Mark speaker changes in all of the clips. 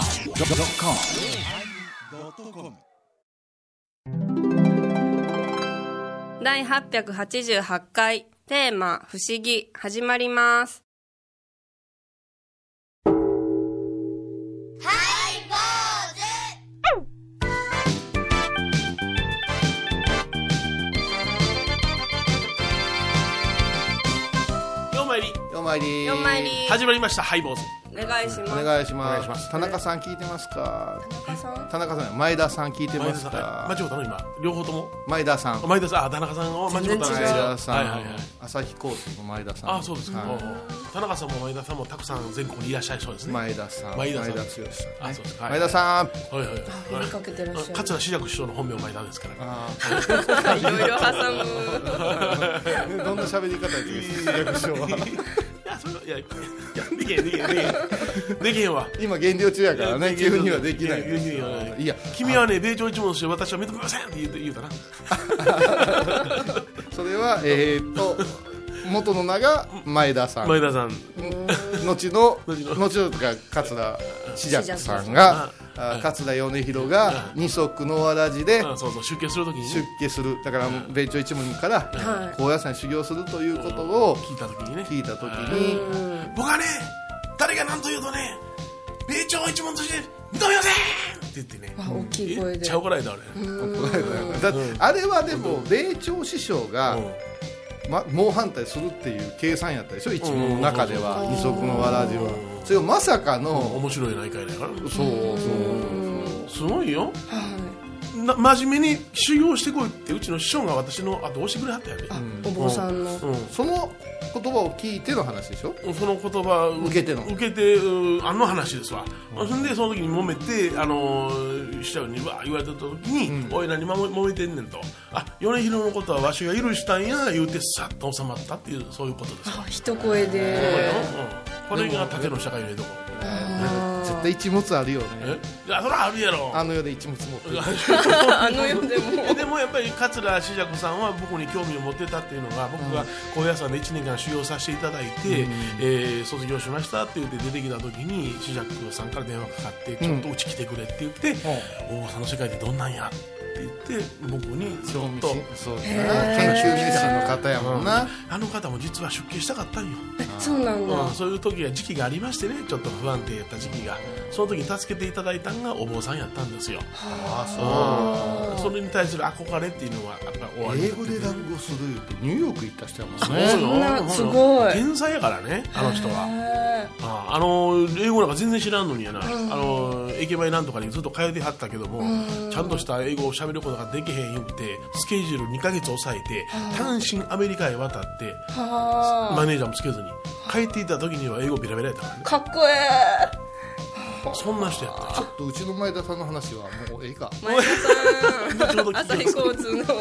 Speaker 1: yosmir
Speaker 2: 第888回テーマ「不思議」始まります
Speaker 3: ようまいり
Speaker 4: よまいり
Speaker 2: 4枚入り
Speaker 3: 始まりましたハイボーズ
Speaker 2: お願いします
Speaker 4: お願いします
Speaker 3: お願いします
Speaker 4: 田中さん聞いてますか
Speaker 2: 田中さん
Speaker 4: 田中さん前田さん聞いて
Speaker 3: 前
Speaker 4: ま
Speaker 3: 田
Speaker 4: す
Speaker 3: さん間
Speaker 4: か
Speaker 3: 違ったの今両方とも
Speaker 4: 前田さん
Speaker 3: あ
Speaker 4: 前
Speaker 3: 前田さんあ田中さんは間違った
Speaker 2: 全
Speaker 3: のね
Speaker 2: 然違う
Speaker 4: 田さ
Speaker 3: はいはいはい
Speaker 4: ん朝日コースの前田さん
Speaker 3: あそうですか、
Speaker 4: はい
Speaker 3: 田中さんも前田さんもたくさん全国にいらっしゃいそうですね
Speaker 4: 前田さん
Speaker 3: 前
Speaker 4: 前
Speaker 3: 田さん
Speaker 4: 田剛さん
Speaker 3: あそうですかはい
Speaker 4: 前田さん
Speaker 3: はいはい
Speaker 2: 呼
Speaker 3: は
Speaker 2: び
Speaker 3: い
Speaker 2: かけてらっしゃる
Speaker 3: 桂志らく師匠の本名前田ですからね
Speaker 4: あ
Speaker 2: いろいろ挟む
Speaker 4: ーどんな喋り方やってるんですか役 所はい
Speaker 3: やそれはいやいやでけへんでけへんでけへんでけへんわ
Speaker 4: 今減量中やからね急にはできない
Speaker 3: 急にはね
Speaker 4: いや
Speaker 3: 君はね米朝一文として私は認めませんって言う言うたな
Speaker 4: それはえーっと元の名が前田さん
Speaker 3: 前田さん
Speaker 4: 後の
Speaker 3: 後の
Speaker 4: 後のとか桂志らくさんがあ桂米広が二足のわらじで
Speaker 3: あそうそう出家するときに
Speaker 4: 出
Speaker 3: ね
Speaker 4: 家するだから米朝一門から
Speaker 2: はい
Speaker 4: 高野山に修行するということを
Speaker 3: 聞いたときにね
Speaker 4: 聞いた時に
Speaker 3: 僕はね誰が何と言うとね米朝一文として認めませんって言ってね
Speaker 2: あ大きい声
Speaker 3: え
Speaker 2: で
Speaker 3: ちゃうからやだあれ
Speaker 4: だってあれはでも米朝師匠が
Speaker 3: うん
Speaker 4: ま猛反対するっていう計算やったでしょ一門の中では二足のわらじはそれをまさかの
Speaker 3: 面白いないかいだから
Speaker 4: そうそう
Speaker 3: すごいよ
Speaker 2: は
Speaker 3: な真面目に修行してこいってうちの師匠が私の後押してくれはったやで、
Speaker 2: いお坊さんの
Speaker 3: う
Speaker 4: その言葉を聞いての話でしょ
Speaker 3: ん、その言葉を
Speaker 4: 受けての
Speaker 3: 受けてうんあの話ですわ、そんでその時に揉めてあのー師匠にわー言われた時に「おい何も揉めてんねん」と「あ米広のことはわしが許したんや」言うてさっと収まったっていうそういうことですわ
Speaker 2: あ一声
Speaker 3: こ れよ
Speaker 2: で
Speaker 3: うんこれが縦の社会のいいとこ
Speaker 4: 絶対一物あるよ
Speaker 3: え
Speaker 4: ね
Speaker 3: いやそれはあるやろ
Speaker 4: あの世で一物持ってる
Speaker 2: あの世でも
Speaker 3: でもやっぱり桂志らくさんは僕に興味を持ってたっていうのが僕が高野山で1年間修行させていただいて、えー卒業しましたって言って出てきた時に志らくさんから電話かかってちょっとうち来てくれって言って「大、う、さんの世界ってどんなんや?」って言って僕にちょっと。
Speaker 4: そうだな研究熱心の方やもんな
Speaker 3: あの方も実は出家したかったんよ、
Speaker 2: そうなんだ
Speaker 3: うんそういう時が時期がありましてねちょっと不安定やった時期がその時に助けていただいたのがお坊さんやったんですよあそれに対する憧れっていうのはやっぱり終わり
Speaker 4: 英語で落語する言うてニューヨーク行った人やもんね
Speaker 3: そうよ
Speaker 2: そんなすごい
Speaker 3: 天才やからねあの人は
Speaker 2: へ
Speaker 3: ああの英語なんか全然知らんのにやな、あの駅前なんとかにずっと通ってはったけども、ちゃんとした英語を喋ることができへんよってスケジュール2ヶ月抑えて単身アメリカへ渡って
Speaker 2: ー は
Speaker 3: マネージャーもつけずに帰っていた時には英語ベラベラやったからね
Speaker 2: あかっこええ
Speaker 3: そんな人やった
Speaker 4: ちょっとうちの前田さんの話はもうええか
Speaker 2: 前田
Speaker 3: ちょうど
Speaker 2: さん朝日交通の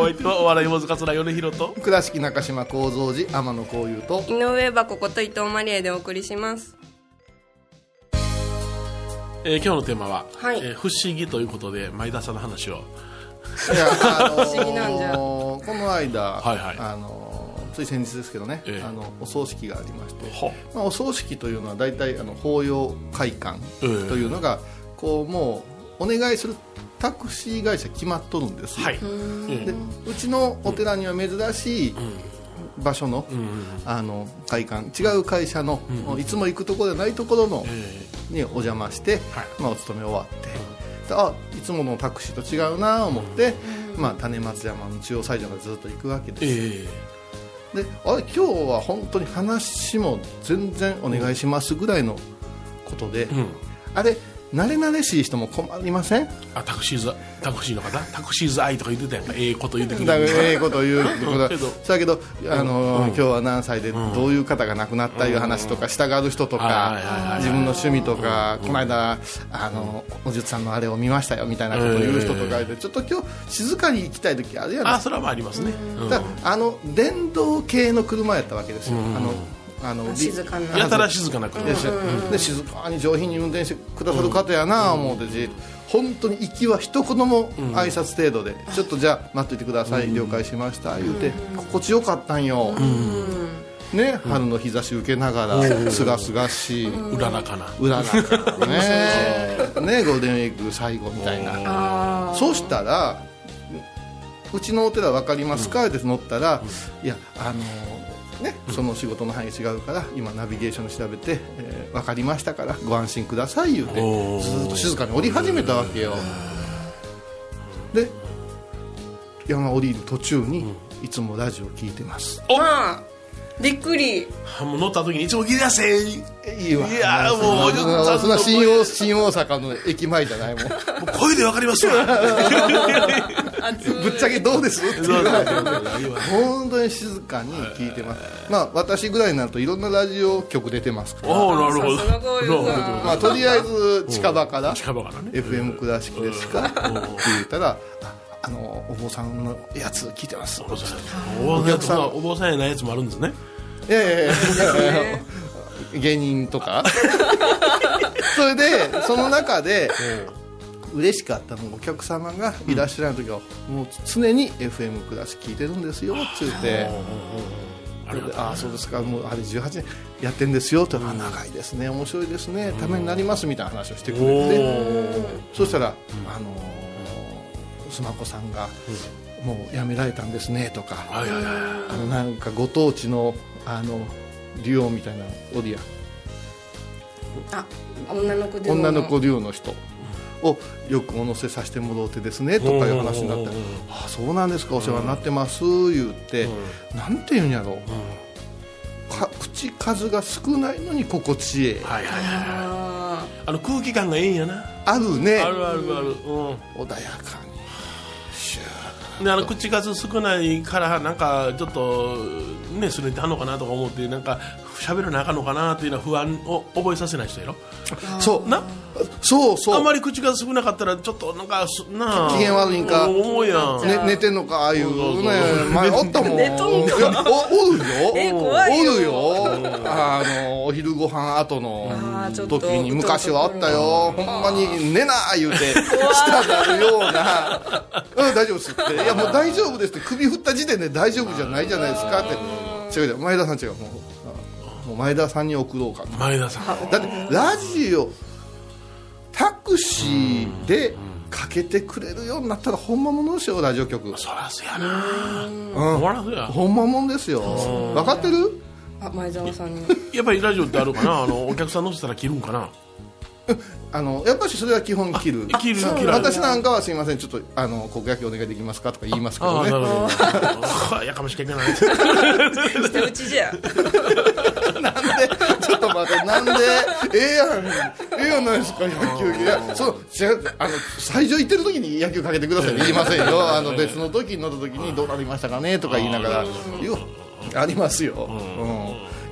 Speaker 3: お相手はお笑い坊主桂米広と
Speaker 4: 倉敷中島幸三寺天野幸雄と
Speaker 2: 井上箱こと伊藤マリエでお送りします
Speaker 3: えー今日のテーマは、
Speaker 2: はい
Speaker 3: えー不思議ということで前田さんの話を
Speaker 4: いやあの ー
Speaker 2: 不思議なんじゃ
Speaker 4: この間、
Speaker 3: はいはい
Speaker 4: あのーつい先日ですけどね、
Speaker 3: ええ
Speaker 4: あのお葬式がありまして、
Speaker 3: ほ
Speaker 4: まあ、お葬式というのは大体あの法要会館と
Speaker 3: ええ
Speaker 4: いうのが、こうもうお願いするタクシー会社決まっとるんですよ
Speaker 3: はい、うん
Speaker 4: でうちのお寺には珍しい場所の,、
Speaker 3: ん
Speaker 4: あの会館違う会社の、いつも行くところじゃないところの、
Speaker 3: え
Speaker 4: にお邪魔して、
Speaker 3: はい
Speaker 4: まあ、お勤め終わって、であいつものタクシーと違うなと思って、まあ、種松山の中央斎場までずっと行くわけ
Speaker 3: ー、え
Speaker 4: です、
Speaker 3: ー
Speaker 4: であれ今日は本当に話も全然お願いしますぐらいのことで、
Speaker 3: ん
Speaker 4: あれ慣れ慣れしい人も困りません
Speaker 3: あタクシーズタクシーの方タクシーズ愛とか言ってたやんかええこと言ってくる
Speaker 4: だええこと言うってこと
Speaker 3: けど
Speaker 4: だけど、あの今日は何歳でどういう方が亡くなったいう話とか、従う人と
Speaker 3: はいはいはいは
Speaker 4: か
Speaker 3: い
Speaker 4: 自分の趣味とか、この間あのおじゅつさんのあれを見ましたよみたいなことを言う人とかいて、ちょっと今日静かに行きたい時あるやない
Speaker 3: あそれはまあありますね、うん
Speaker 4: だからあの電動系の車やったわけですよ、あのあの
Speaker 2: 静かな
Speaker 3: やたら静かな国
Speaker 4: でしょで静かに上品に運転してくださる方やな思うてじっと本当に行きは一言も挨拶程度で、ちょっとじゃあ待っといてください、了解しました言うて、心地よかったんよ、ね、春の日差し受けながらすがすがしい。
Speaker 3: うららかな
Speaker 4: うらら かなねねゴールデンウィーク最後みたいな
Speaker 2: あ
Speaker 4: そうしたらううちのお寺分かりますかって乗ったら、いやあのね、その仕事の範囲違うから今ナビゲーションで調べて、え分かりましたからご安心ください言うて
Speaker 3: おー
Speaker 4: ずーっと静かに降り始めたわけよで山降りる途中に、いつもラジオ聞いてます
Speaker 2: あまあびっくり
Speaker 3: あもう乗った時にいつも切り出せ
Speaker 4: いいわ
Speaker 3: いやーもう
Speaker 4: そんなそんな新大新大阪の駅前じゃないもん
Speaker 3: もう声でわかりますわ
Speaker 2: 熱
Speaker 4: ぶっちゃけどうですって
Speaker 3: そう
Speaker 4: 言
Speaker 3: そう
Speaker 4: わ
Speaker 3: そ
Speaker 4: れ
Speaker 3: う
Speaker 4: て本当に静かに聞いてます、まあ、私ぐらいになるといろんなラジオ局出てますから、
Speaker 3: おーなるほど
Speaker 2: さすがゴールドさん
Speaker 3: なるほ
Speaker 4: まあ、とりあえず近場から
Speaker 3: ど近場からね
Speaker 4: FM 倉敷ですかって言ったらああのお坊さんのやつ聞いてます
Speaker 3: お坊さんお坊さんお坊さんやないやつもあるんですね
Speaker 4: いやいやいや芸人と かそれでその中で嬉しかったのがお客様がいらっしゃらない時は、もう常に FM クラス聞いてるんですよっつって
Speaker 3: ありがとう
Speaker 4: ああそうですかもうあれ18年やってんですよと、あ長いですね面白いですねためになりますみたいな話をしてくれ
Speaker 3: お
Speaker 4: て、
Speaker 3: ー
Speaker 4: そしたら、あのースマコさんが、もうやめられたんですね」とか、
Speaker 3: はいはいは
Speaker 4: あのなんかご当地のあの竜王みたいなおりや
Speaker 2: あ女の子でも
Speaker 4: 女の子竜の人をよくお乗せさせてもろうてですねとかいう話にな
Speaker 3: うんうん
Speaker 4: って
Speaker 3: うんうん
Speaker 4: 「ああそうなんですかお世話になってます」言って、なんて言うんやろか口数が少ないのに心地ええ
Speaker 3: いはいはいはい
Speaker 2: あ
Speaker 3: あの空気感がええんやな
Speaker 4: あるね
Speaker 3: あるあるあるうん
Speaker 4: 穏やかにシュー
Speaker 3: であの口数少ないからなんかちょっとねすれてはんのかなとか思ってなんか喋らなあかんのかなっていうのは不安を覚えさせない人やろ
Speaker 4: そう
Speaker 3: な
Speaker 4: そうそ
Speaker 3: あ
Speaker 4: うん
Speaker 3: まり口数少なかったらちょっとなんかすなあ
Speaker 4: 機嫌悪いんか
Speaker 3: 思うやん
Speaker 4: ね、寝てんのかああい
Speaker 3: そうそうう
Speaker 4: ね前おったもん
Speaker 2: 寝とんか
Speaker 4: いやおおるよ
Speaker 2: え怖いよ
Speaker 4: おるよあのお昼ご飯後の
Speaker 2: あーちょっと
Speaker 4: 時に昔はあったよほんまに寝なー言うて舌なるような「うん大丈夫です」って「いやもう大丈夫です」って首振った時点で大丈夫じゃないじゃないですかって違う違う前田さん違うもうもう前田さんに送ろうかと
Speaker 3: 前田さん
Speaker 4: だってラジオタクシーでかけてくれるようになったらほんまものですよラジオ局
Speaker 3: そらそやな
Speaker 4: うん
Speaker 3: そらそや
Speaker 4: ほんまもんですよ分かってる
Speaker 2: ーあ前澤さんに
Speaker 3: やっぱりラジオってあるかなあのお客さん乗せたら切るんかな
Speaker 4: あのやっぱりそれは基本切る
Speaker 3: あ切る
Speaker 4: そう
Speaker 3: 切る
Speaker 4: 私なんかはすいませんちょっとあの国野球お願いできますかとか言いますけ
Speaker 3: あ
Speaker 4: ど
Speaker 3: あな
Speaker 4: ね
Speaker 3: るほどやかましかいけない
Speaker 2: 手打ちじゃ
Speaker 4: なんでちょっと待ってなんでええやんええやないですか野球いやそう違うあの最初行ってる時に野球かけてくださいって言いませんよあの別の時に乗った時にどうなりましたかねとか言いながらよありますよ、うん、い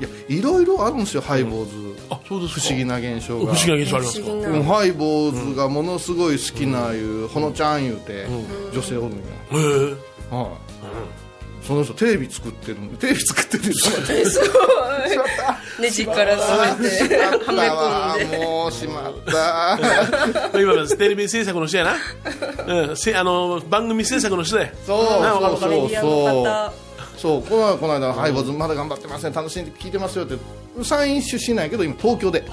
Speaker 4: やいろいろあるんですよハイボーズ、
Speaker 3: あそうです
Speaker 4: 不
Speaker 3: か
Speaker 4: 思議な現象
Speaker 3: 不
Speaker 4: が
Speaker 3: 思議な現象あ
Speaker 2: 不
Speaker 3: ります
Speaker 2: 思議
Speaker 3: か
Speaker 4: うん
Speaker 2: な
Speaker 4: ハイボーズがものすごい好きないう、ほのちゃんいうて、女性おるんよ、
Speaker 3: へえ
Speaker 4: はいその人テレビ作ってるのテレビ作ってるんです
Speaker 2: すごいねじから詰めて
Speaker 4: よ
Speaker 2: はめ込んで
Speaker 4: もうしまった
Speaker 3: 今のテレビ制作の人やな、うん、せあの番組制作の人や
Speaker 4: そう
Speaker 3: なんか
Speaker 4: そう
Speaker 3: わか
Speaker 2: メ
Speaker 4: そ
Speaker 2: デ
Speaker 4: う
Speaker 2: ィアの
Speaker 4: そ
Speaker 2: 方
Speaker 4: うそうこの間この間「ハイボーズまだ頑張ってません楽しんで聞いてますよ」って山陰出身なんやけど今東京で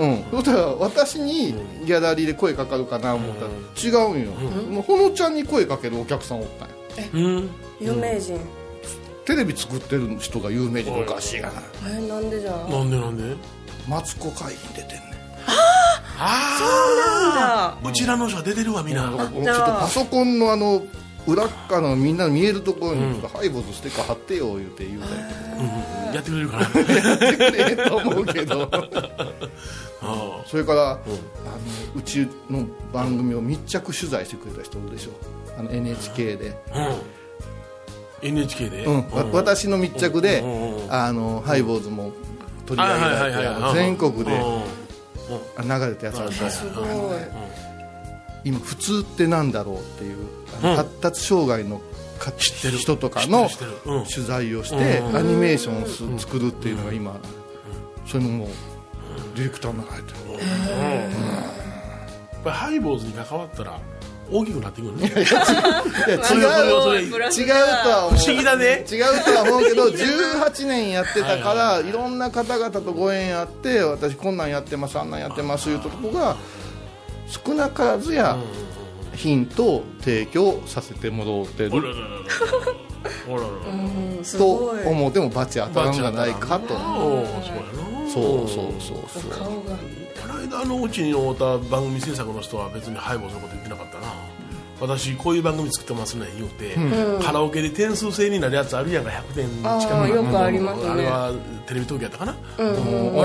Speaker 4: うん、そしたら私にギャラリーで声かかるかな思ったら違うんよ、もうほのちゃんに声かけるお客さんおったんよ
Speaker 3: うん
Speaker 2: 有名人
Speaker 4: テレビ作ってる人が有名人おかしいがな
Speaker 2: えなんでじゃあ
Speaker 3: なんでなんで
Speaker 4: マツコ会議に出てんねん
Speaker 3: あ
Speaker 2: あ
Speaker 3: あうちらの人は出てるわみんな
Speaker 4: もうち
Speaker 2: じ
Speaker 4: ょ
Speaker 2: ゃあ
Speaker 4: っとパソコンのあの裏っかのみんなの見えるところにちょっとハイボーズステッカー貼ってよ言うて言う
Speaker 3: やってくれるかな
Speaker 4: たりしてくれと思うけど
Speaker 3: あ
Speaker 4: それから、うあのうちの番組を密着取材してくれた人おるでしょあの NHK で、
Speaker 3: あうん NHK で、
Speaker 4: うん
Speaker 3: うん
Speaker 4: わ私の密着で、
Speaker 3: うんうん
Speaker 4: あのハイボーズも取り
Speaker 3: はい
Speaker 4: 上げ
Speaker 3: はいは
Speaker 4: られ
Speaker 3: い
Speaker 4: てあ
Speaker 3: は
Speaker 4: の
Speaker 3: い
Speaker 4: 全国で
Speaker 3: うん
Speaker 4: 流れたやつあるから
Speaker 2: あすごい
Speaker 4: 今普通ってなんだろうっていうあの
Speaker 3: うん
Speaker 4: 発達障害のか
Speaker 3: てる
Speaker 4: 人とかの
Speaker 3: 知ってる知ってるうん
Speaker 4: 取材をしてアニメーションをす作るっていうのが今それももうディレクターになられてる
Speaker 3: やっぱりハイボーズに関わったら大きくなってくるね
Speaker 4: いや違う
Speaker 3: それをそれ
Speaker 2: ブラ
Speaker 4: 違
Speaker 2: フ
Speaker 4: う
Speaker 2: だ
Speaker 4: とは思う
Speaker 3: 不思議だね
Speaker 4: 違うとは思うけ ど18年やってたからいろんな方々とご縁あって私こんなんやってますあんなんやってますいうとこが少なからずやヒントを提供させてもらって
Speaker 3: おららら
Speaker 4: る
Speaker 3: ららおらららら
Speaker 2: うんす
Speaker 4: と
Speaker 2: ごい
Speaker 4: 思うでもバチ当たらんじゃないかと
Speaker 3: おーそうやな
Speaker 4: そうそうそうそう
Speaker 2: 顔が
Speaker 3: この間のうちに会った番組制作の人は別にハイボーズのこと言ってなかったな私こういう番組作ってますね言うて、カラオケで点数制になるやつあるやんか100点近く
Speaker 2: あーよくありますね
Speaker 3: あれはテレビ東京やったかな、あ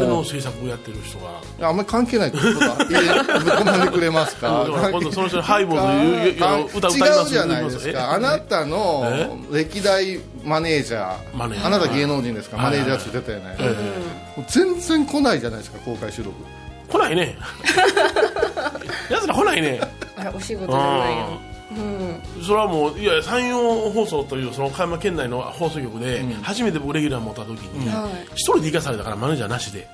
Speaker 3: れの制作をやってる人が
Speaker 4: あんまり関係ないことがぶち込んでくれますか
Speaker 3: だ から今度その人にハイボーズ
Speaker 4: あ
Speaker 3: の歌歌います
Speaker 4: 違うじゃないです
Speaker 3: え
Speaker 4: かあなた
Speaker 3: え
Speaker 4: の歴代マネージャ
Speaker 3: マネージャ
Speaker 4: ー
Speaker 3: ー
Speaker 4: あなた芸能人ですか
Speaker 3: は
Speaker 4: マ
Speaker 3: い
Speaker 4: ネージャーついてたよね
Speaker 3: え
Speaker 4: もう全然来ないじゃないですか公開収録
Speaker 3: え来ないねやつら来ないね
Speaker 2: あお仕事じゃないよ
Speaker 3: それはもういや山陽放送というその岡山県内の放送局で初めて僕レギュラー持った時に
Speaker 2: はい
Speaker 3: 一人で行かされたからマネージャーなしで、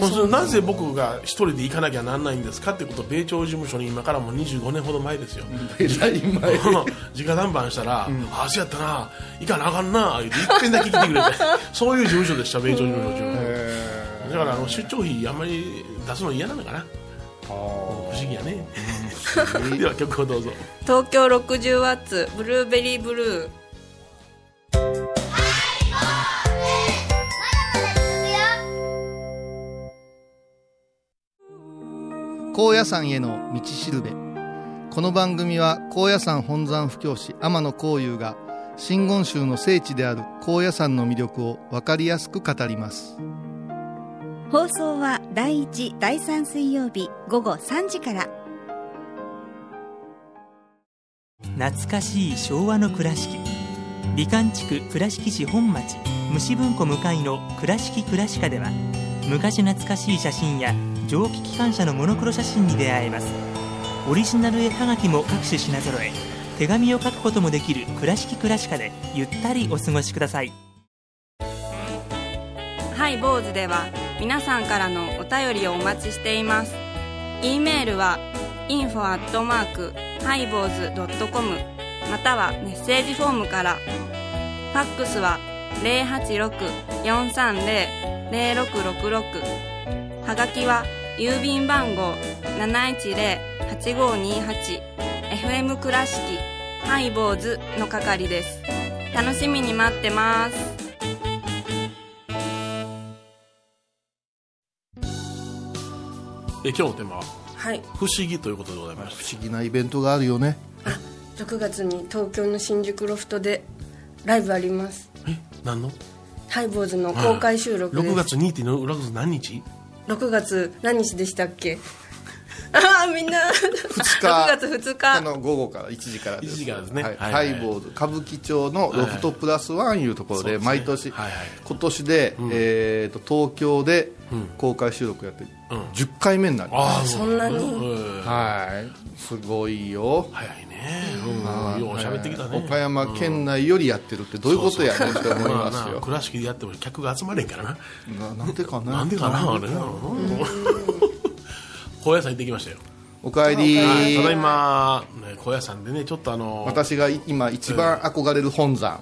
Speaker 3: そうするとなぜ僕が一人で行かなきゃなんないんですかってことを米朝事務所に今からもう25年ほど前ですよ、
Speaker 4: えらい前
Speaker 3: こ の直談判したら、ああそうやったな行かなあかんな言って一遍だけ来てくれてそういう事務所でした米朝事務所っていうのは
Speaker 4: え
Speaker 3: だからあの出張費あんまり出すの嫌なのかな
Speaker 4: ーあ
Speaker 3: 不思議やね
Speaker 4: ー
Speaker 3: では曲をどうぞ
Speaker 2: 東京60ワッツブルーベリーブルー
Speaker 1: 高野山への道しるべこの番組は高野山本山布教師天野幸雄が真言宗の聖地である高野山の魅力を分かりやすく語ります
Speaker 5: 放送は第1、第3水曜日午後3時から。
Speaker 6: 懐かしい昭和の倉敷美観地区倉敷市本町虫文庫向かいの「倉敷倉歯科」では昔懐かしい写真や蒸気機関車のモノクロ写真に出会えますオリジナル絵はがきも各種品揃え手紙を書くこともできる「倉敷倉歯科」でゆったりお過ごしください
Speaker 2: ハイボーズでは皆さんからのお便りをお待ちしています。e メールは info アットマークハイボーズドットコムまたはメッセージフォームから。ファックスは086-430-0666はがきは郵便番号710-8528 FM 倉敷ハイボーズの係です。楽しみに待ってます。
Speaker 3: え今日のテーマは
Speaker 7: はい
Speaker 3: 「不思議」ということでございました
Speaker 4: 不思議なイベントがあるよね
Speaker 7: あ6月に東京の新宿ロフトでライブあります
Speaker 3: え何の
Speaker 7: ハイボーズの公開収録です、
Speaker 3: 6月2っての裏月何日
Speaker 7: 6月何日でしたっ けああみんな
Speaker 4: 2
Speaker 7: 6
Speaker 4: 日
Speaker 7: 月2
Speaker 4: あ
Speaker 7: 日
Speaker 4: の午後から1時からです
Speaker 3: 1時からですね
Speaker 4: はい
Speaker 3: はい
Speaker 4: ハイボーズ歌舞伎町のロフトプラスワンいうところで
Speaker 3: はい
Speaker 4: 毎年
Speaker 3: はいはい
Speaker 4: 今年でえーと東京で公開収録やって10回目になりま
Speaker 3: あ
Speaker 7: そんなに
Speaker 4: すはいすごいよ
Speaker 3: 早いねうんよう喋ってきたね
Speaker 4: 岡山県内よりやってるってどういうことやねんって思い
Speaker 3: まあ
Speaker 4: ます
Speaker 3: な
Speaker 4: よ
Speaker 3: 倉敷でやっても客が集まれんからな
Speaker 4: ななんでかな
Speaker 3: なんでかなあれな 高野山行ってきましたよ
Speaker 4: おかえり
Speaker 3: ただいまね高野山でねちょっとあの
Speaker 4: 私が今一番憧れる本山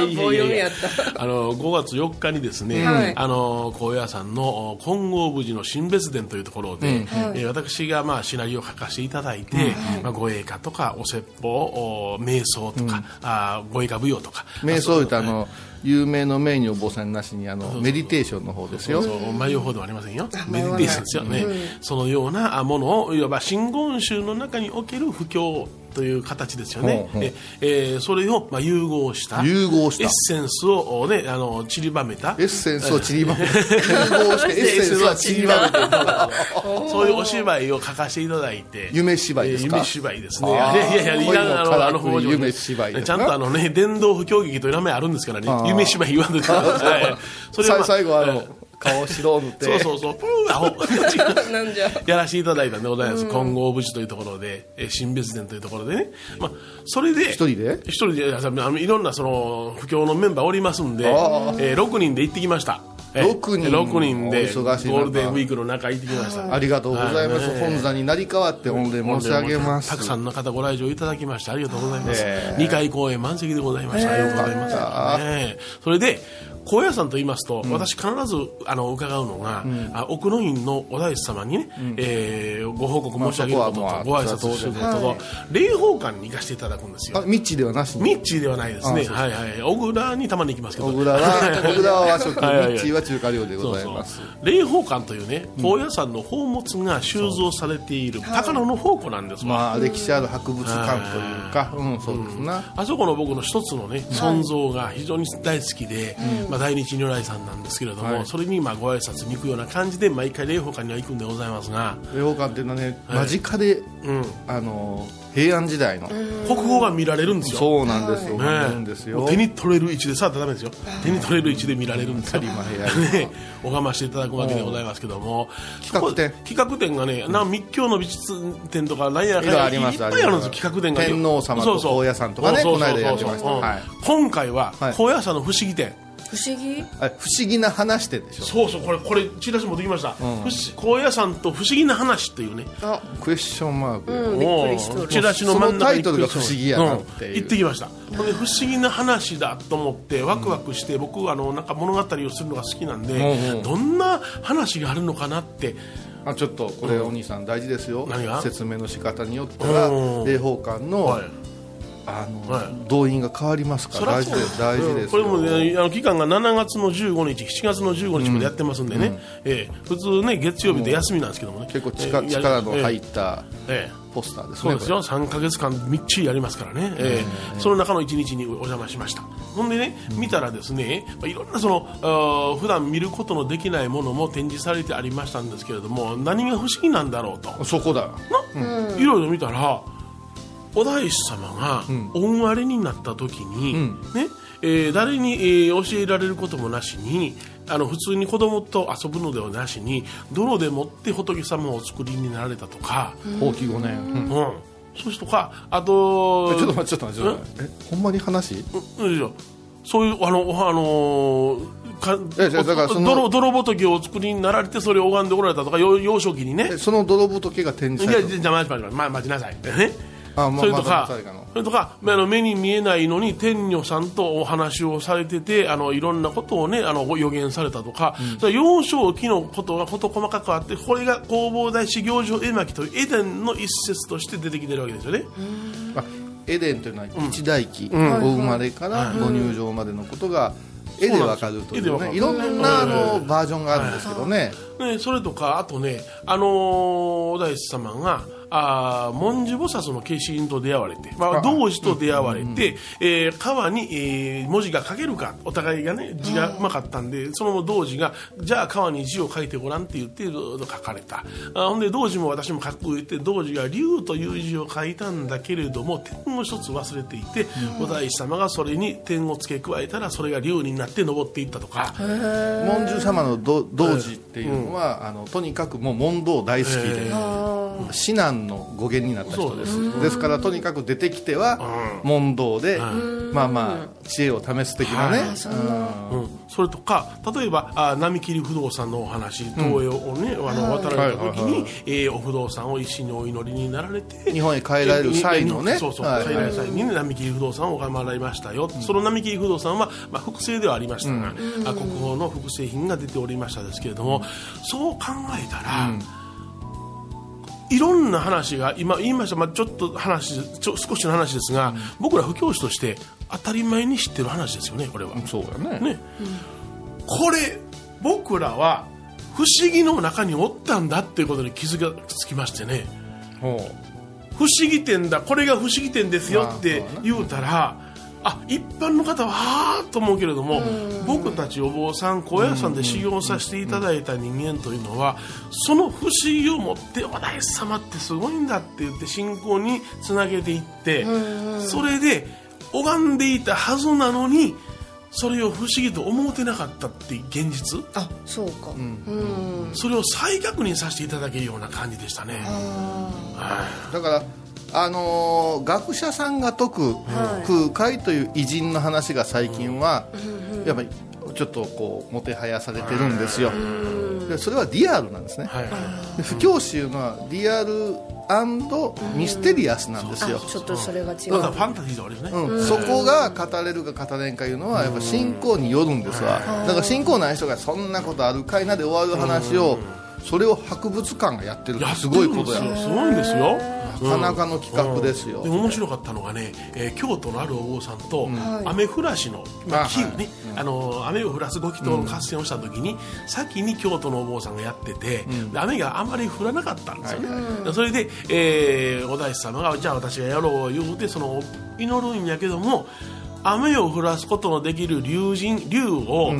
Speaker 3: いやいやいやあの5月4日にですね、
Speaker 7: はい
Speaker 3: あの高野山のお金剛無寺の新別殿というところで、えー私がまあシナリオを書かせていただいて、まあ、護衛歌とかお説法お瞑想とか、あー護衛歌舞踊とか
Speaker 4: 瞑想歌の有名の名にお坊さんなしにあのメディテーションの方ですよ
Speaker 3: そう迷うほどはありませんよ、メディテーションですよね、そのようなものを、いわば真言宗の中における布教という形ですよね、
Speaker 4: ほうほう
Speaker 3: でえーそれをまあ融合した、
Speaker 4: 融合した
Speaker 3: エッセンスを、ね、あの散りばめた
Speaker 4: エ、ッセンスを散りば めて融合してエッセンスは散りばめて
Speaker 3: そういうお芝居を書かせていただいて、
Speaker 4: 夢芝居で
Speaker 3: え
Speaker 4: すか
Speaker 3: ー夢芝居ですね、い
Speaker 4: あー
Speaker 3: やいやいや、いらんあ
Speaker 4: 恋の
Speaker 3: の、あの
Speaker 4: からくり
Speaker 3: 北条
Speaker 4: 夢芝居ですな
Speaker 3: ちゃんとあのね、伝道不教劇という名前あるんですから
Speaker 4: あー
Speaker 3: ね、夢芝居言わん といてくださいはいそれをま
Speaker 4: さ
Speaker 3: あ
Speaker 4: 最後あ
Speaker 3: え
Speaker 4: の
Speaker 3: ー
Speaker 4: 顔白塗って
Speaker 3: そうそう そう、プーアホ
Speaker 7: なんじゃ
Speaker 3: やらせていただいたんでございます、金剛無事というところで、えー新別殿というところでね、まあ、それで、一
Speaker 4: 一人で
Speaker 3: 一人で、あのいろんなその、布教のメンバーおりますんで、え
Speaker 4: ああ
Speaker 3: ー、6人で行ってきました。え
Speaker 4: 六人
Speaker 3: 六人で
Speaker 4: お忙しい中
Speaker 3: ゴールデンウィークの中行ってきました
Speaker 4: ありがとうございます、
Speaker 3: はい
Speaker 4: 本座になり代わって御礼申し上げます
Speaker 3: たくさんの方ご来場いただきましてありがとうございます、
Speaker 4: ええ
Speaker 3: 2回公演満席でございました、ありがとうございま
Speaker 4: よか
Speaker 3: す、
Speaker 4: った
Speaker 3: ねえそれで高野山と言いますと、私必ずあの伺うのが、あ奥の院のお大師様にね、えーご報告申し上げることと、
Speaker 4: まあそこ
Speaker 3: ご
Speaker 4: は
Speaker 3: 挨
Speaker 4: まあ
Speaker 3: 拶することと、
Speaker 4: はい
Speaker 3: 霊宝館に行かせていただくんですよ
Speaker 4: あミッチーではなしに
Speaker 3: ミッチーではないですねはいはい小倉にたまに行きますけど
Speaker 4: 小 倉は小倉は和食ミ
Speaker 3: はいはいはい
Speaker 4: ッチーは中華料理でご
Speaker 3: そう
Speaker 4: ざい
Speaker 3: そう
Speaker 4: ます
Speaker 3: 霊宝館というね高野山の宝物が収蔵されている高野の宝庫なんですわ、
Speaker 4: まあ歴史ある博物館というかうんそうですな
Speaker 3: あそこの僕の一つのね存像が非常に大好きで、まあ、大日如来さんなんですけれども、
Speaker 4: はい
Speaker 3: それにまあご挨拶に行くような感じで毎回霊宝館には行くんでございますが、
Speaker 4: 霊宝館っていうのはね
Speaker 3: はい
Speaker 4: 間近で
Speaker 3: うん、
Speaker 4: あの平安時代の
Speaker 3: 国宝が見られるんですよ
Speaker 4: そうなんですよ
Speaker 3: ね
Speaker 4: 見れるんです
Speaker 3: も
Speaker 4: よ
Speaker 3: う手に取れる位置でさあダメですよ手に取れる位置で見られるんですよ、
Speaker 4: 当たり前や
Speaker 3: ね、拝ましていただくわけでございますけども
Speaker 4: 企画展
Speaker 3: そこ企画展がねな密教の美術展とかなんやかん
Speaker 4: いろいろ
Speaker 3: や
Speaker 4: あります
Speaker 3: いっぱいあるんですよ企画展が
Speaker 4: 天皇様と高野山とかね
Speaker 3: そうそう
Speaker 4: この間やってました
Speaker 3: そうそうそう
Speaker 4: はい
Speaker 3: 今回は
Speaker 4: はい
Speaker 3: 高野山の不思議展、
Speaker 7: 不思議
Speaker 4: あ不思議な話してでしょ
Speaker 3: そうそうこれこれチラシ持ってきました、
Speaker 4: ん
Speaker 3: 不思高野山と不思議な話っていうね
Speaker 7: あ
Speaker 4: クエスチョンマーク
Speaker 7: うんびっくりしとる
Speaker 3: チラシの真ん中に
Speaker 4: そのタイトルが不思議やなっていう
Speaker 3: 行ってきましたほんで不思議な話だと思ってワクワクして僕あのなんか物語をするのが好きなん
Speaker 4: うんう
Speaker 3: で
Speaker 4: ん
Speaker 3: どんな話があるのかなって
Speaker 4: あちょっとこれお兄さん大事ですよ
Speaker 3: 何が
Speaker 4: 説明の仕方によったら
Speaker 3: うん
Speaker 4: 霊宝館の
Speaker 3: はい
Speaker 4: あの、
Speaker 3: はい
Speaker 4: 動員が変わりますから大事で
Speaker 3: そ
Speaker 4: す大事です
Speaker 3: こ
Speaker 4: よ、
Speaker 3: れも、ね、あの期間が7月の15日7月の15日までやってますんでね、ええ普通ね月曜日で休みなんですけどもね
Speaker 4: 結構
Speaker 3: え
Speaker 4: 力,、
Speaker 3: え
Speaker 4: 力の入
Speaker 3: え
Speaker 4: った
Speaker 3: ええ
Speaker 4: ポスターです
Speaker 3: そ
Speaker 4: ね
Speaker 3: うですよ3か月間みっちりやりますからね、ええその中の1日にお邪魔しましたほんでね見たらですねまあいろんなそのあー普段見ることのできないものも展示されてありましたんですけれども何が不思議なんだろうと
Speaker 4: これそこだ
Speaker 3: な、いろいろ見たらお大師様が恩割れになった時に、ねえー誰に、えー教えられることもなしにあの普通に子供と遊ぶのではなしに泥でもって仏様をお作りになられたとか、
Speaker 4: 法規5年、うん
Speaker 3: うん、そういうとかあと
Speaker 4: ちょっと待ってちょっと待ってちょっと待ってえほんまに話
Speaker 3: うんいやそういうあのおあのーか
Speaker 4: いやいやだからその
Speaker 3: 泥泥仏をお作りになられてそれを拝んでおられたとか幼幼少期にね
Speaker 4: えその泥仏が展
Speaker 3: い
Speaker 4: 示さ
Speaker 3: や
Speaker 4: れた
Speaker 3: じゃあ待ち待ち待ちま待ちなさいね
Speaker 4: あま
Speaker 3: それとか
Speaker 4: まだまだ最後の
Speaker 3: それとかまああの目に見えないのに天女さんとお話をされててあのいろんなことをねあのご予言されたとか、それは幼少期のことが事細かくあってこれが弘法大師行上絵巻というエデンの一節として出てきてるわけですよね。
Speaker 4: あエデンというのは一代記、お生まれからご入場までのことが絵でわかるとい
Speaker 3: 絵でわ
Speaker 4: う
Speaker 3: か
Speaker 4: ね
Speaker 3: る
Speaker 4: いろんなあのバージョンがあるんですけどね、
Speaker 3: ね、それとかあとね、あのーお大師様があー文殊菩薩の化身と出会われて、まあ、
Speaker 4: あ
Speaker 3: 同時と出会われて、えー川に、えー文字が書けるかお互いがね字がうまかったんでその同時がじゃあ川に字を書いてごらんって言って書かれたあほんで同時も私も書く言って同時が龍という字を書いたんだけれども点を一つ忘れていて、お大師様がそれに点を付け加えたらそれが龍になって登っていったとか。
Speaker 4: 文殊様のど道寺っていうのは、あのとにかくもう問答大好きで、指南の語源になった人ですですからとにかく出てきては問答で、まあまあ知恵を試す的なね、うん
Speaker 3: うん、それとか例えばあ波切不動産のお話東映をね、あの渡られた時
Speaker 4: はいはい
Speaker 3: に、えーお不動産を一心にお祈りになられて
Speaker 4: 日本へ帰られる際のね
Speaker 3: そうそう、
Speaker 4: はい
Speaker 3: 帰られる際にね波切り不動産を拝まれましたよ、その波切り不動産は、まあ、複製ではありましたが、あ国宝の複製品が出ておりましたですけれどもそう考えたら、いろんな話が今言いました、まあ、ちょっと話ちょ少しの話ですが、僕ら布教師として当たり前に知ってる話ですよねこれは。
Speaker 4: そうやね
Speaker 3: ね、これ僕らは不思議の中におったんだっていうことに気づがつきましてね
Speaker 4: ほう
Speaker 3: 不思議点だこれが不思議点ですよって
Speaker 4: まあそうだ
Speaker 3: 言うたらあ一般の方ははあと思うけれども僕たちお坊さん高野山で修行させていただいた人間というのはその不思議を持ってお大師様ってすごいんだって言って信仰につなげていってそれで拝んでいたはずなのにそれを不思議と思うてなかったっていう現実
Speaker 7: あそうかうん
Speaker 3: それを再確認させていただけるような感じでしたね。
Speaker 4: だからあのー学者さんが解く空海という偉人の話が最近は、やっぱりちょっとこうもてはやされてるんですよでそれはリアルなんですね
Speaker 3: はいは
Speaker 4: で不教師いうのはリアルミステリアスなんですよ
Speaker 7: あちょっとそれが違
Speaker 3: い、
Speaker 7: う
Speaker 3: だからファンタジーではあるよね、
Speaker 4: うん、そこが語れるか語れんかいうのはやっぱ信仰によるんですわだから信仰ない人がそんなことあるかいなで終わる話をそれを博物館がやってるって
Speaker 3: やって
Speaker 4: す
Speaker 3: る
Speaker 4: ごい
Speaker 3: ん
Speaker 4: こ
Speaker 3: で
Speaker 4: と
Speaker 3: す
Speaker 4: や
Speaker 3: よすごいんですよ
Speaker 4: なかなかの企画ですよ
Speaker 3: で面白かったのがね、えー京都のあるお坊さんと、雨降らしの、ま
Speaker 4: あ
Speaker 3: あ、
Speaker 4: はい
Speaker 3: キーね、あの雨を降らすご祈祷の合戦をした時に、先に京都のお坊さんがやってて、で雨があまり降らなかったんですよね、でそれで、えーお大師様がじゃあ私がやろう言うてその祈るんやけども雨を降らすことのできる竜神竜を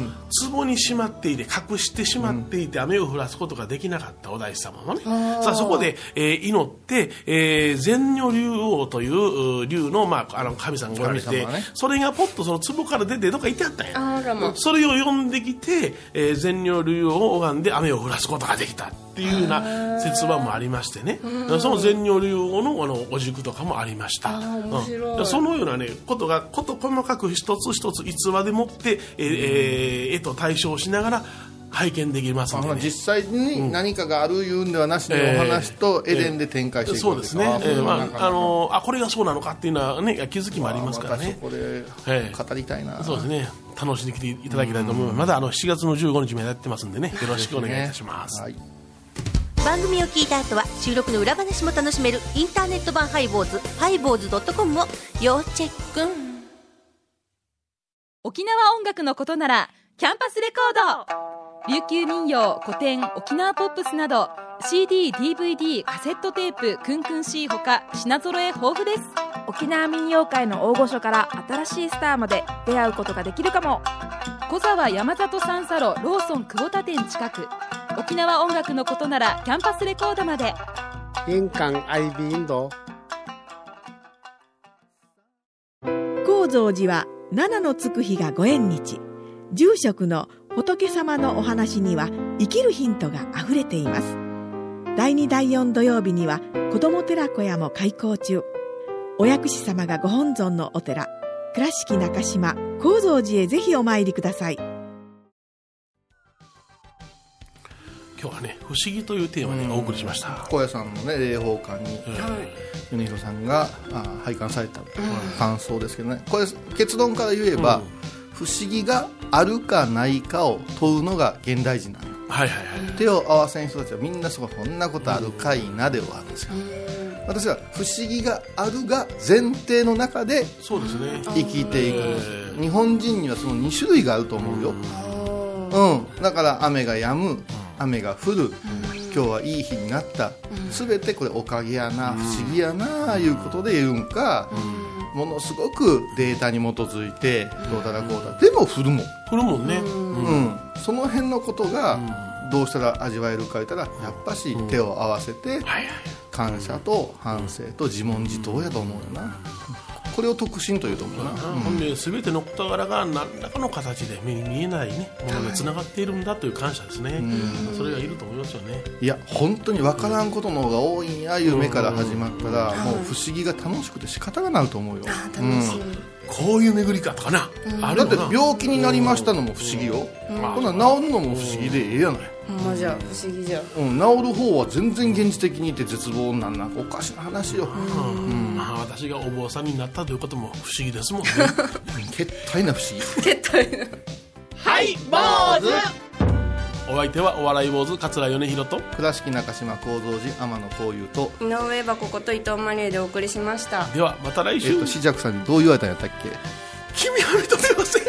Speaker 3: 壺にしまっていて隠してしまっていて雨を降らすことができなかったお大師様もね、さあそこで、えー祈って、えー善女竜王というう竜の,、まあ、あの神さんがおられて、
Speaker 4: 神様がね
Speaker 3: それがポッとその壺から出てどっかいてあったんや
Speaker 7: あらま
Speaker 3: それを読んできて、えー善良竜王を拝んで雨を降らすことができたっていうような説話もありましてね、その善良竜王のあのお軸とかもありました、
Speaker 7: ー面白い
Speaker 3: うんそのようなねことがこと細かく一つ一つ逸話でもって、えーえー絵と対照しながら拝見できます
Speaker 4: あ
Speaker 3: ので、
Speaker 4: の
Speaker 3: ね、
Speaker 4: 実際に何かがあるいうんではなし
Speaker 3: え
Speaker 4: で
Speaker 3: え
Speaker 4: お話とエデンで展開していく
Speaker 3: そ
Speaker 4: わ
Speaker 3: う
Speaker 4: け
Speaker 3: です
Speaker 4: か
Speaker 3: ね、えー
Speaker 4: なか
Speaker 3: ま
Speaker 4: なか
Speaker 3: ああのあこれがそうなのかっていうのは、ね、気づきもありますから
Speaker 4: また
Speaker 3: ね
Speaker 4: そ。こで
Speaker 3: ええ
Speaker 4: 語りたいな
Speaker 3: そうですね楽しんできていただきたいと思います、まだあの7月の15日までやってますんでねよろしくお願いいたします、
Speaker 4: はい
Speaker 8: 番組を聞いた後は収録の裏話も楽しめるインターネット版ハイボーズハイボーズドットコムを要チェック
Speaker 9: 沖縄音楽のことならキャンパスレコード琉球民謡古典沖縄ポップスなど CDDVD カセットテープクンクン C ほか品揃え豊富です
Speaker 10: 沖縄民謡界の大御所から新しいスターまで出会うことができるかも
Speaker 9: 小沢山里三佐路ローソン久保田店近く沖縄音楽のことならキャンパスレコードまで
Speaker 11: 印鑑アイビンド
Speaker 12: 高蔵寺は七のつく日がご縁日住職の仏様のお話には生きるヒントがあふれています第2第4土曜日には子ども寺小屋も開校中お薬師様がご本尊のお寺倉敷中島・高蔵寺へぜひお参りください
Speaker 3: 今日はね「不思議」というテーマでお送りしました、
Speaker 4: 高野さんのね霊宝館に米広さんがあ拝観された感想ですけどねこれ結論から言えば、
Speaker 3: うん
Speaker 4: 不思議があるかないかを問うのが現代人なの
Speaker 3: はいはいはい
Speaker 4: 手を合わせん人たちはみんなそこそんなことあるかいなで終わるんですよ私は不思議があるが前提の中で
Speaker 3: そうですね
Speaker 4: 生きていくんです
Speaker 3: え
Speaker 4: 日本人にはその2種類があると思うよ、うん、だから雨が止む雨が降る、今日はいい日になった、全てこれおかげやな、不思議やないうことで言うんか、ものすごくデータに基づいてどうだらこうだでも降るもん、
Speaker 3: これもね、うん
Speaker 4: うん、その辺のことがどうしたら味わえるか言ったらやっぱし手を合わせて
Speaker 3: はいはい
Speaker 4: 感謝と反省と自問自答やと思うよなこれを特進というと思うな、
Speaker 3: ほんで全ての事柄が何らかの形で目に見えない、ね、ものでつながっているんだという感謝ですね、それがいると思いますよね、
Speaker 4: いや本当に分からんことの方が多いんや夢から始まったらもう不思議が楽しくて仕方がないと思うよ、うん
Speaker 3: こういう巡りかとかな、あれ
Speaker 4: だって
Speaker 3: な
Speaker 4: 病気になりましたのも不思議よ、こんなん治るのも不思議でええやない、
Speaker 7: ほんまじゃあ不思議じゃん
Speaker 4: うん、治る方は全然現実的にいて絶望なんなんかおかしな話よ、
Speaker 3: うんまあ、私がお坊さんになったということも不思議です もんね
Speaker 4: 決体な不思議
Speaker 3: お相手はお笑い坊主桂米宏と
Speaker 4: 倉敷中島幸三寺天野幸雄と,、
Speaker 7: 井上はここと伊藤マリエでお送りしました
Speaker 3: ではまた来
Speaker 4: え
Speaker 3: 週、
Speaker 4: ー、としじゃくさんにどう言われたんやったっけ
Speaker 3: 君は認めません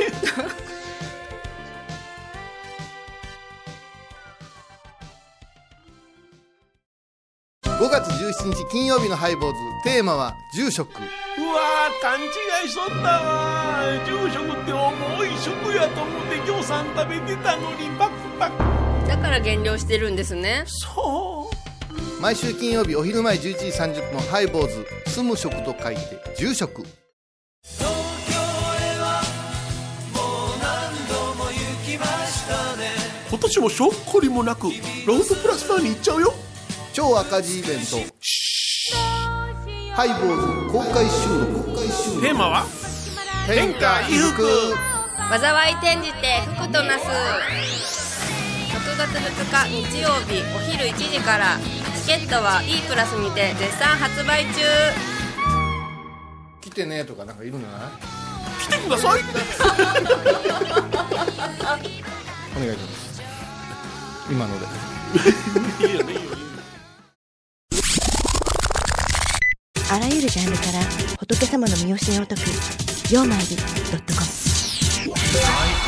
Speaker 4: 5月17日金曜日のハイボーズテーマは住職
Speaker 3: うわー勘違いしとったわ住職って重い職やと思ってぎょうさん食べてたのにパクパク
Speaker 7: だから減量してるんですね
Speaker 3: そう
Speaker 4: 毎週金曜日お昼前11時30分ハイボーズ住む職と書いて住職
Speaker 3: 今年もしょっこりもなくロフトプラスワンに行っちゃうよ
Speaker 4: 超赤字イベントハイボーズ公開収録
Speaker 3: テーマは
Speaker 4: 天下衣服
Speaker 8: 「
Speaker 2: 災い転じて福となす6月2日日曜日お昼1時からチケットは E プラスにて絶賛発売中
Speaker 4: 来てねとかなんかいるんじゃない
Speaker 3: 来てくださいって
Speaker 4: お願いします今ので
Speaker 3: いいよねいいよ
Speaker 13: あらゆるジャンルから仏様の身教えを解く「曜マイルドットコム」